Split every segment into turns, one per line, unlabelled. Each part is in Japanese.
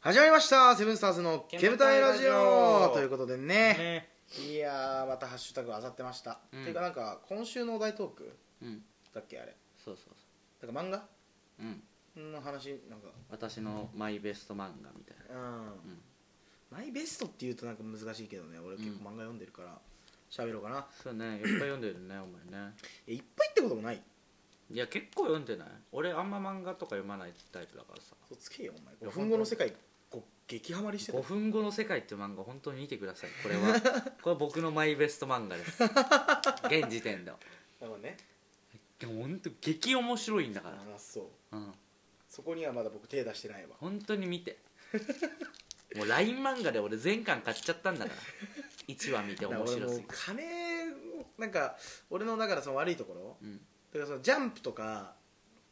始まりましたセブンスターズのケブタイラジ
煙たいラ
オ
ジオ
ということでね
ね
いやーまたハッシュタグあさってました、
うん
ていうかなんか今週のお題トーク
うん
だっけあれ
そうそう
なんか漫画
そううん
の話なんか
私のマイベスト漫画みたいな
うん、マイベストっていうとなんか難しいけどね俺結構漫画読んでるから喋ろうかな
そうねいっぱい読んでるねお前ね
えいっぱいってこともない
いや結構読んでない俺あんま漫画とか読まないタイプだからさ
そうつけよお
い
前
や
5分後の世界こう激ハマりしてた
5分後の世界っていう漫画本当に見てくださいこれは これは僕のマイベスト漫画です現時点では
だからね
でも本当激面白いんだか
あそう
らうん
そこにはまだ僕手出してないわ
本当に見てもう LINE 漫画で俺全巻買っちゃったんだから1話見て
だから
面
俺
白
も
す
う
ぎて
金をなんか俺のだからその悪いところ
うん
だからそのジャンプとか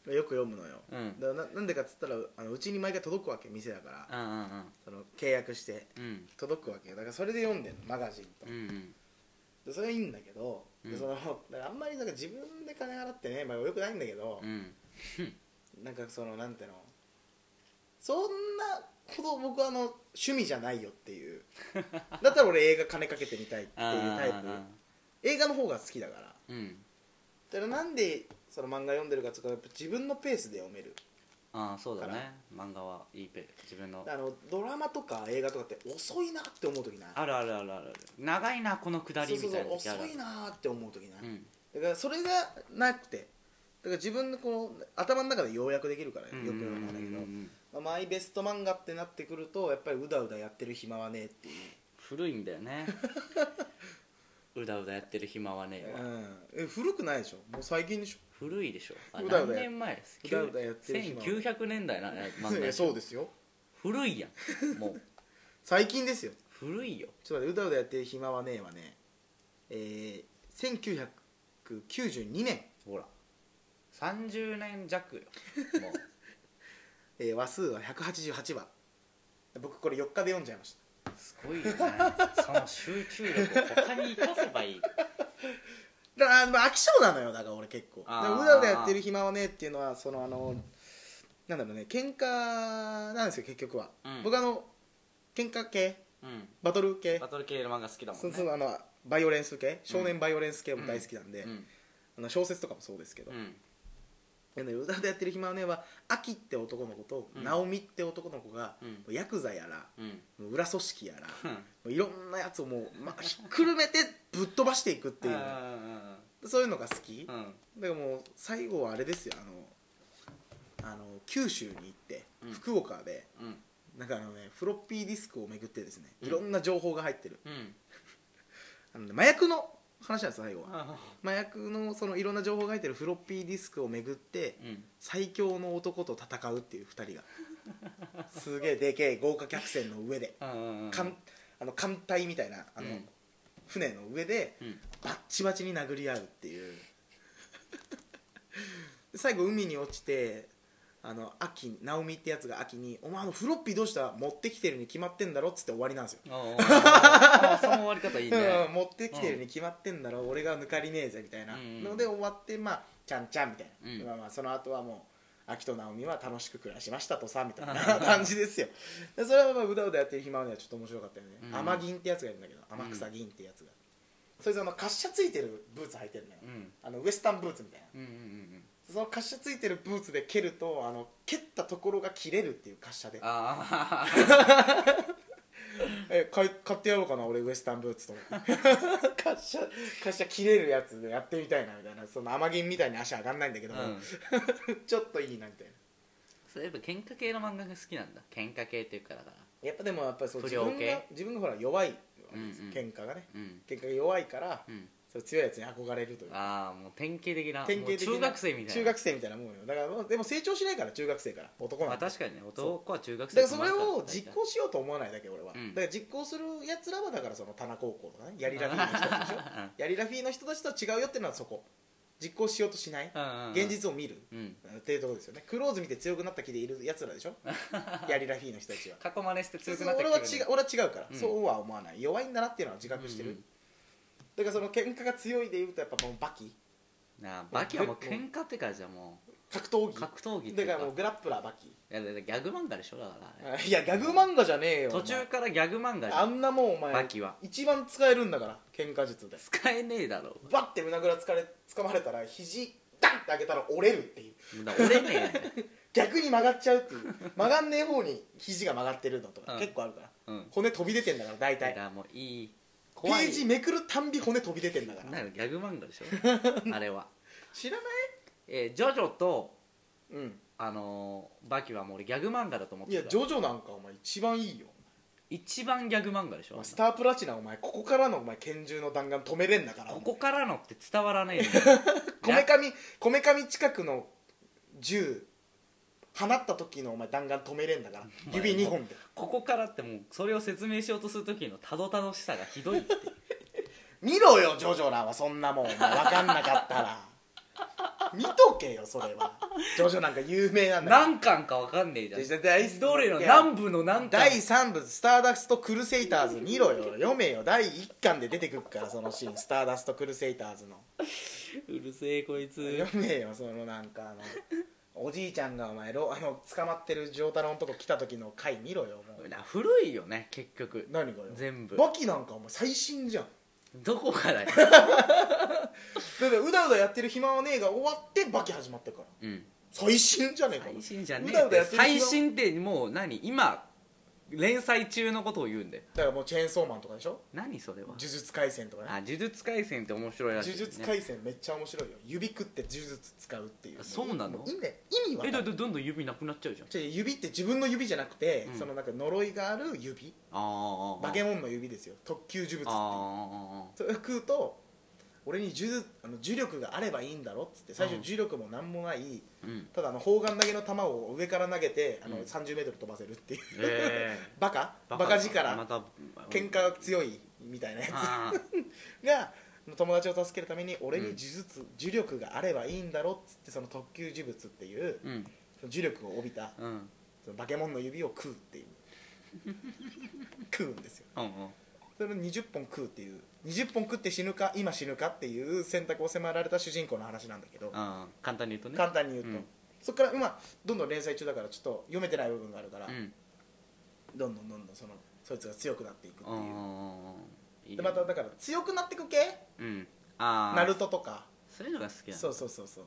よく読むのよ
うん
だからななんでかっつったらあのうちに毎回届くわけ店だから
うんうん
その契約して
うん
届くわけよだからそれで読んでんのマガジンと
うんうん
でそれはいいんだけど、で
うん
そのだからあんまりなんか自分で金払ってね、まあ、よくないんだけど
う、ん
なんかそのなんていうのそんなほど僕はあの趣味じゃないよっていう だったら俺映画金かけてみたいっていうタイプ
あ
映画の方が好きだから
ーうん
だからなんでその漫画読んでるかっていうとやっぱ自分のペースで読める
ああそうだ
か
ね漫画はいいペ自分の
あのドラマとか映画とかって遅いなって思う時ない
あるあるあるある長いなこのくだ
そ
り
うそう
み
そ
たいうな時ある
遅いなって思う時ない、
うん
だからそれがなくてだから自分のこの頭の中で要約できるからよ
う
よ
ん
く読むんだけ
うん
ど
うんうん
まあマイベスト漫画ってなってくるとやっぱりうだうだやってる暇はねえっていう
古いんだ よねうだうだやってる暇はねえわ
うん、え古くないでしょもう最近でし
古いでしょあ
うだう
何
だや
年前です
うだうだやってる暇は
1900年代な
ょ
漫
い
画
やそうですよ
古いやんもう
最近ですよ
古いよ
ちょっと待ってうだうだやってる暇はねえはねえー、1992年、
ほら30年弱よもう
えー、話数は188話僕これ4日で読んじゃいまし
すごいよねその集中力を他に生かせばいい
ただからまあ飽き性なのよだから俺結構だ
あー
からうだうだやってる暇はねえっていうのはそのあのなんだろうね喧嘩なんですよ結局は、
うん
僕あの喧嘩系
うん
バトル系
バトル系の漫画好きだもん
そ
ね
うそうあのバイオレンス系少年バイオレンス系も大好きなんで、
うん
あの小説とかもそうですけど
う、ん
でね歌でやってる暇はねはアキって男の子と、
うん
ナオミって男の子が、
うん
ヤクザやら
うん
もう裏組織やら
う
も
ん
ういろんなやつをもう、ま、ひっくるめてぶっ飛ばしていくっていう
あ
そういうのが好き、
ーうん
だからもう最後はあれですよあのあの九州に行って、
うん
福岡で
うん
なんかあのねフロッピーディスクを巡ってですね
うん
いろんな情報が入ってる、
うん
あのね麻薬の話なんです最後は
あ
麻薬のそのいろんな情報が入ってるフロッピーディスクを巡って
ーうん
最強の男と戦うっていう2人がすげえでけえ豪華客船の上で
うんうんうん
艦あの艦隊みたいなあの、
うん
船の上で
うん
バッチバチに殴り合うっていう で最後海に落ちてあの秋直美ってやつが秋に「お前あのフロッピーどうした持ってきてるに決まってんだろ」っつって終わりなんですよ
おーおーおーあーその終わり方いい
うん
ね
持ってきてるに決まってんだろ、俺が抜かりねえぜみたいな、
うんうん
ので終わってまあちゃんちゃんみたいな、
うん
まあまあその後はもう秋と直美は楽しく暮らしましたとさみたい な感じですよでそれはまあうだうだやってる暇はねちょっと面白かったよね、
うん
天銀ってやつがいるんだけど天草銀ってやつが、そいつあの滑車ついてるブーツ履いてるのよ、
うん
あのウエスタンブーツみたいな
うんうんうん
その滑車ついてるブーツで蹴るとあの蹴ったところが切れるっていう滑車で
あ
え買い買ってやろうかな俺ウエスタンブーツと思って 滑車滑車切れるやつでやってみたいなみたいなその甘銀みたいに足上がんないんだけど、
あ
ちょっといいなみたいな
そういえば喧嘩系の漫画が好きなんだ喧嘩系っていうからだから
やっぱでもやっぱりそう
不
自
良系
分が自分がほら弱いわけですよ、
うんうん
喧嘩がね
うん
喧嘩が弱いから、
うん
そう強いやつに憧れるという
ああもう典型的な
典型的な
もう中学生みたいな
中学生みたいなもんよだからでも成長しないから中学生から男
ま
な
あ
んて
確かにね男は中学
だ
生
からそれを実行しようと思わないだけ俺は、
うん
だから実行するやつらはだからその田名高校とかねやりラフィーの人たちでしょやりラフィーの人たちとは違うよっていうのはそこ実行しようとしない現実を見る
うん
っていうところですよねクローズ見て強くなった気でいるやつらでしょやりラフィーの人たちは
過去真似して強くなって
俺は違う俺は違うから、
うん
そうは思わない弱いんだなっていうのは自覚してる、
うんうん
だからその喧嘩が強いでいうとやっぱもうバキ
なあバキはもう喧嘩ってかじゃあも
格闘
う格闘技っ
技
て
だ
いう
か
から
もうグラップラーバキ
いやだからギャグ漫画でしょだからあれ
いやギャグ漫画じゃねえよ
途中からギャグ漫
お
画
前
じ
あ
ゃん
んなもんお前
バキは
一番使えるんだから喧嘩術で
使えねえだろ
バッて胸ぐらつかれ掴まれたら肘ダンって上げたら折れるっていう
だから折れねえよね
逆に曲がっちゃうっていう 曲がんねえ方に肘が曲がってるのとか
うん
結構あるから、
うん
骨飛び出てんだから 大
だか
体
らもういい
ペ
怖い
ージめくるたんび骨飛び出てんだから
なんかギャグ漫画でしょ あれは
知らない
えージョジョと
うん
あのーバキはもう俺ギャグ漫画だと思っ
い
て
や
る
ジョジョなんかお前一番いいよ
一番ギャグ漫画でし
お
ょ
前スタープラチナお前ここからのお前拳銃の弾丸止めれんだから
こ
お前
こからのって伝わらねえよ
こめかみこめかみ近くの銃放った時のお前弾丸止めれんだから
前
指2本で
ここからってもうそれを説明しようとする時のたどたどしさがひどいって
見ろよジョジョらはそんなもんお前分かんなかった ら見とけよそれはジョジョなんか有名なんだから
何巻かわかんねえじゃん
で第
どれの何部の何巻
第3部「スターダスト・クルセイターズ」見ろよ読めよ第1巻で出てくるからそのシーン「スターダスト・クルセイターズの」
うるせえこいつ
読めよそのなんかあのおじいちゃんがお前ろあの捕まってる丈太郎のとこ来た時の回見ろよもう
な古いよね結局
何がよ
全部
バキなんかお前最新じゃん
どこからよ
だってうだうだやってる暇はねえが終わってバキ始まってるから
うん
最新じゃねえかお前
最新じゃね
う
え
だ
っ
うだ
て
やってる暇
最新ってもう何今連載中のことを言うんだよ
だからもうチェーンソーマンとかでしょ
何それは
呪術廻戦とかね
あ呪術廻戦って面白いらしい、
呪
ね、
術廻戦めっちゃ面白いよ指食って呪術使うっていう
そうなの
も意味意味は
えだってどんどん指なくなっちゃうじゃん
違う指って自分の指じゃなくて、
うん
そのなんか呪いがある指
ああ
化け物の指ですよ特級呪物っていう
あ
それ食うと俺に呪術あの呪力があればいいんだろっつって最初
うん
呪力もなんもない、
あうん
ただあの砲丸投げの球を上から投げてあの
うん
30メートル飛ばせるっていう、
え
バカ
え
バカ力、
また
喧嘩が強いみたいなやつ
あー
が友達を助けるために俺に呪術、呪力があればいいんだろっつってその特級呪物っていう
うん
その呪力を帯びた
うんうん
その化け物の指を食うって いう食うんですよ
うん
それを20本食うっていう20本食って死ぬか今死ぬかっていう選択を迫られた主人公の話なんだけど
あー簡単に言うとね
簡単に言うと、
うん
そっから今どんどん連載中だからちょっと読めてない部分があるから、
うん
どんどんどんどんそのそいつが強くなっていくって
うんうん
いう
うんうん
でまただから強くなってく系
うんああ
ナルトとか
そういうのが好きなの
そうそうそうそう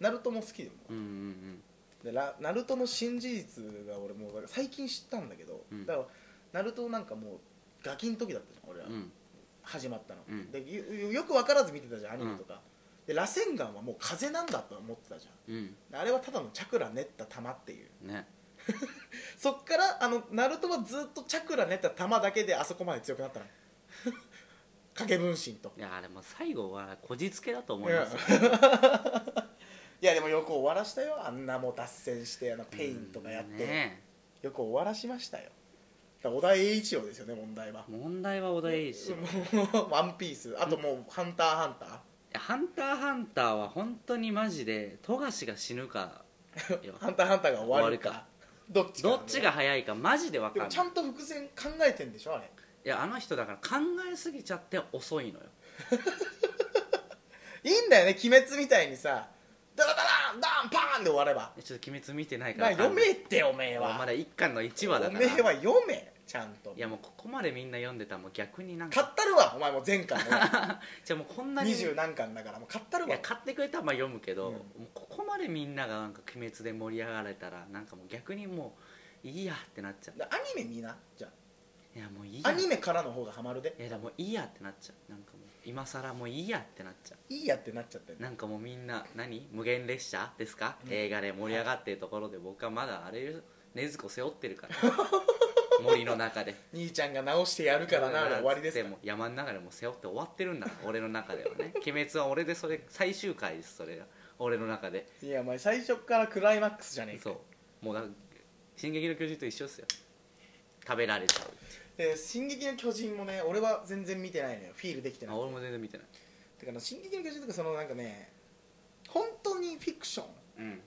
ナルトも好きでも
うんうん
でラナルトの新事実が俺もう最近知ったんだけど、
うん
だからナルトなんかもうガキの時だったじゃん俺ら、
うんうん
始まったの、
うん
でよよく分からず見てたじゃんアニメとか、で螺旋丸はもう風なんだと思ってたじゃ
うん
んあれはただのチャクラ練った玉っていう
ね
そっからあのナルトはずっとチャクラ練った玉だけであそこまで強くなったの 影分身と
いやあれもう最後はこじつけだと思いますよ
いやでもよく終わらしたよあんなもう脱線してあのペインとかやって、
うんね
よく終わらしましたよだから小田栄一郎ですよね問題は
問題はお題いいし
もうワンピースあともう「ハンターハンター」
ハンターハンターは本当にマジで富樫が死ぬかよ
ハンターハンターが終わるか
終
ど
わる
っちか
どっちが早いかマジで分
で
か
も
ん
ち
な
ゃ
い
んと伏線考えてんでしょあれ
いやあの人だから考えすぎちゃって遅いのよ
いいんだよね鬼滅みたいにさダダダダンダンパーンで終われば
ちょっと鬼滅見てないか
まあ
ら
読めっておめえは
まだ一巻の1話だ
お
から
めえ
い
は読めちゃんと
やもうここまでみんな読んでたらもう逆になん
買
か
ったるわお前もう前巻
じゃあもうこんな
の
に
二十何巻だからもう買ったる
い
わ
や買ってくれたらまあ読むけど、
うん
もうここまでみんながなんか鬼滅で盛り上がれたらなんかもう逆にもういいやってなっちゃ
でアニメ見なじゃ
ういやもういい
あ
や
アニメからの方がハマるで
いやだからもういいやってなっちゃうなんかもう今更もういいやってなっちゃ
いいやってなっちゃって
う
る
なんかもうみんな何無限列車ですか、
うん
映画で盛り上がってるところで僕はまだあれよ禰豆子背負ってるから 森の中で
兄ちゃんが直してやるからなで終わりです
で
か
も山の中でも背負って終わってるんだから俺の中ではね 鬼滅は俺でそれ最終回ですそれが俺の中で
いやお前最初からクライマックスじゃねえか
そうもうだ「進撃の巨人」と一緒っすよ食べられちゃうって
で「進撃の巨人」もね俺は全然見てないのよフィールできてな
あ
い
俺も全然見てない
てかあの「進撃の巨人」とかそのなんかね本当にフィクション
うん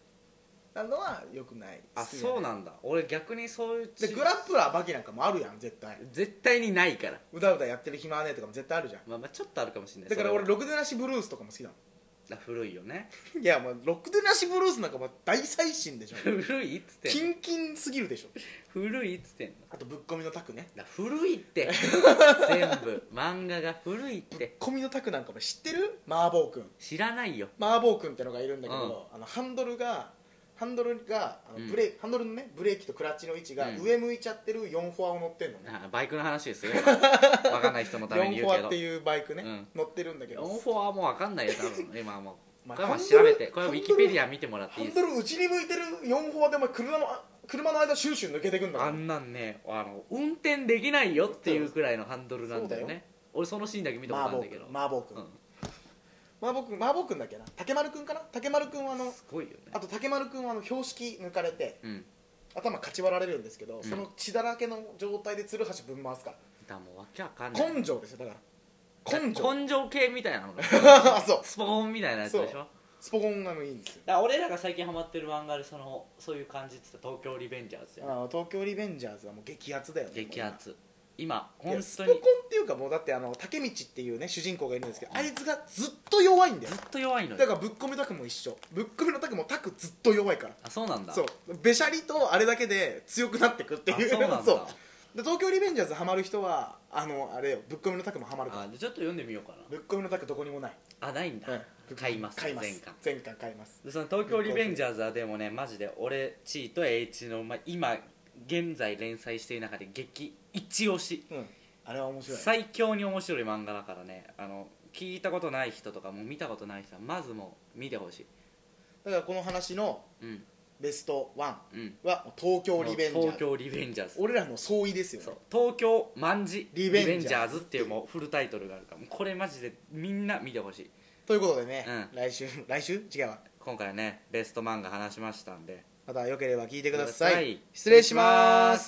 なのはよくない
あ
好きじゃい
そうなんだ俺逆にそういう
でグラップラーバキなんかもあるやん絶対
絶対にないから
うだうだやってる暇はねえとかも絶対あるじゃん
まあまあちょっとあるかもしれない
だから俺
それは
ろくでなしブルースとかも好きだもん
ら古いよね
いやもうロックでなしブルースなんかもう大最新 でしょ
古いっつってん
キ
の
ンキンすぎるでしょ
古いっつってんの
あとぶっ込みのタクね
だ古いって全部漫画が古いっ
ぶって込みのタクなんかも知ってる麻婆くん
知らないよ
麻婆くんってのがいるんだけど、あのハンドルがハンドルがあ
うん
のブレ、ーキハンドルのねブレーキとクラッチの位置が
うん
上向いちゃってる4フォアを乗ってんのね、
あバイクの話ですよ 今わかんない人のために
4
言
フ
うけ
ォア
ど
っていうバイクね、
うん
乗ってるんだけど
4フォはもうわかんないよ多分今はもう
まあ
これはもう
ハンド
調
ル
べてこれはウィキペディア見てもらって
ハ
いい
ン
です
ド
か
ル内に向いてる4フォアでお前車のあ車の間シュンシュン抜けてくんだか
あ
ら
んなんねあの運転できないよっていうくらいのハンドルなんだよ
そうだ
ね俺そのシーンだけ見たことあ
麻
るん
婆
だ
く
け
ん
ど、
麻婆くん
うん、
麻婆くん麻婆くんだっけな竹丸くんかな竹丸くんはあの
すごいよね
あと竹丸くんはあの標識抜かれて
うん
頭かち割られるんですけど、
ん
その血だらけの状態で鶴橋ぶん回すか
だからもうわけわかんな
ら
い
根性ですよだから根性
根性系みたいなのが
あ そう
スポーンみたいなやつでし
そう
ょ
スポコンがいいんですよ
だから俺らが最近ハマってる漫画でそのそういう感じって言ったら東京リベンジャーズよ、
あ東京リベンジャーズはもう激アツだよね
激アツ今
い
本
やス
当
ポ
に
コンっていうかもうだってあの竹道っていうね主人公がいるんですけどあいつがずっと弱いんだよ
ずっと弱いの
だ
よ
からぶっ込みタクも一緒ぶっ込みのタクもタクずっと弱いから
あそうなんだ
そうべしゃりとあれだけで強くなってくっていう
あそうなんだ
そうで東京リベンジャーズハマる人はあのあれよぶっ込みのタクもハマるから
あでちょっと読んでみようか
ぶっ込みのタクどこにもない、
なあないんだ、
うん
買います
買います
全巻
全巻買います
でその東京リベンジャーズはでもねマジで俺チーと栄一の、まあ、今現在連載している中で激一押し
うんあれは面白い
最強に面白い漫画だからねあの聞いたことない人とかもう見たことない人はまずもう見てほしい
だからこの話の
うん
ベスト1
うん
はもう東京リベンジャーズ
東京リベンジャーズ
俺らの総意ですよね
そう東京卍リ
リ
ベ
ベンジャーズ
ンジャーズっていうもうフルタイトルがあるからもうこれマジでみんな見てほしい
ということでね、
うん
来週来週違うわ
今回はねベスト漫画話しましたんで
またよければ聞いてください
ください
失礼します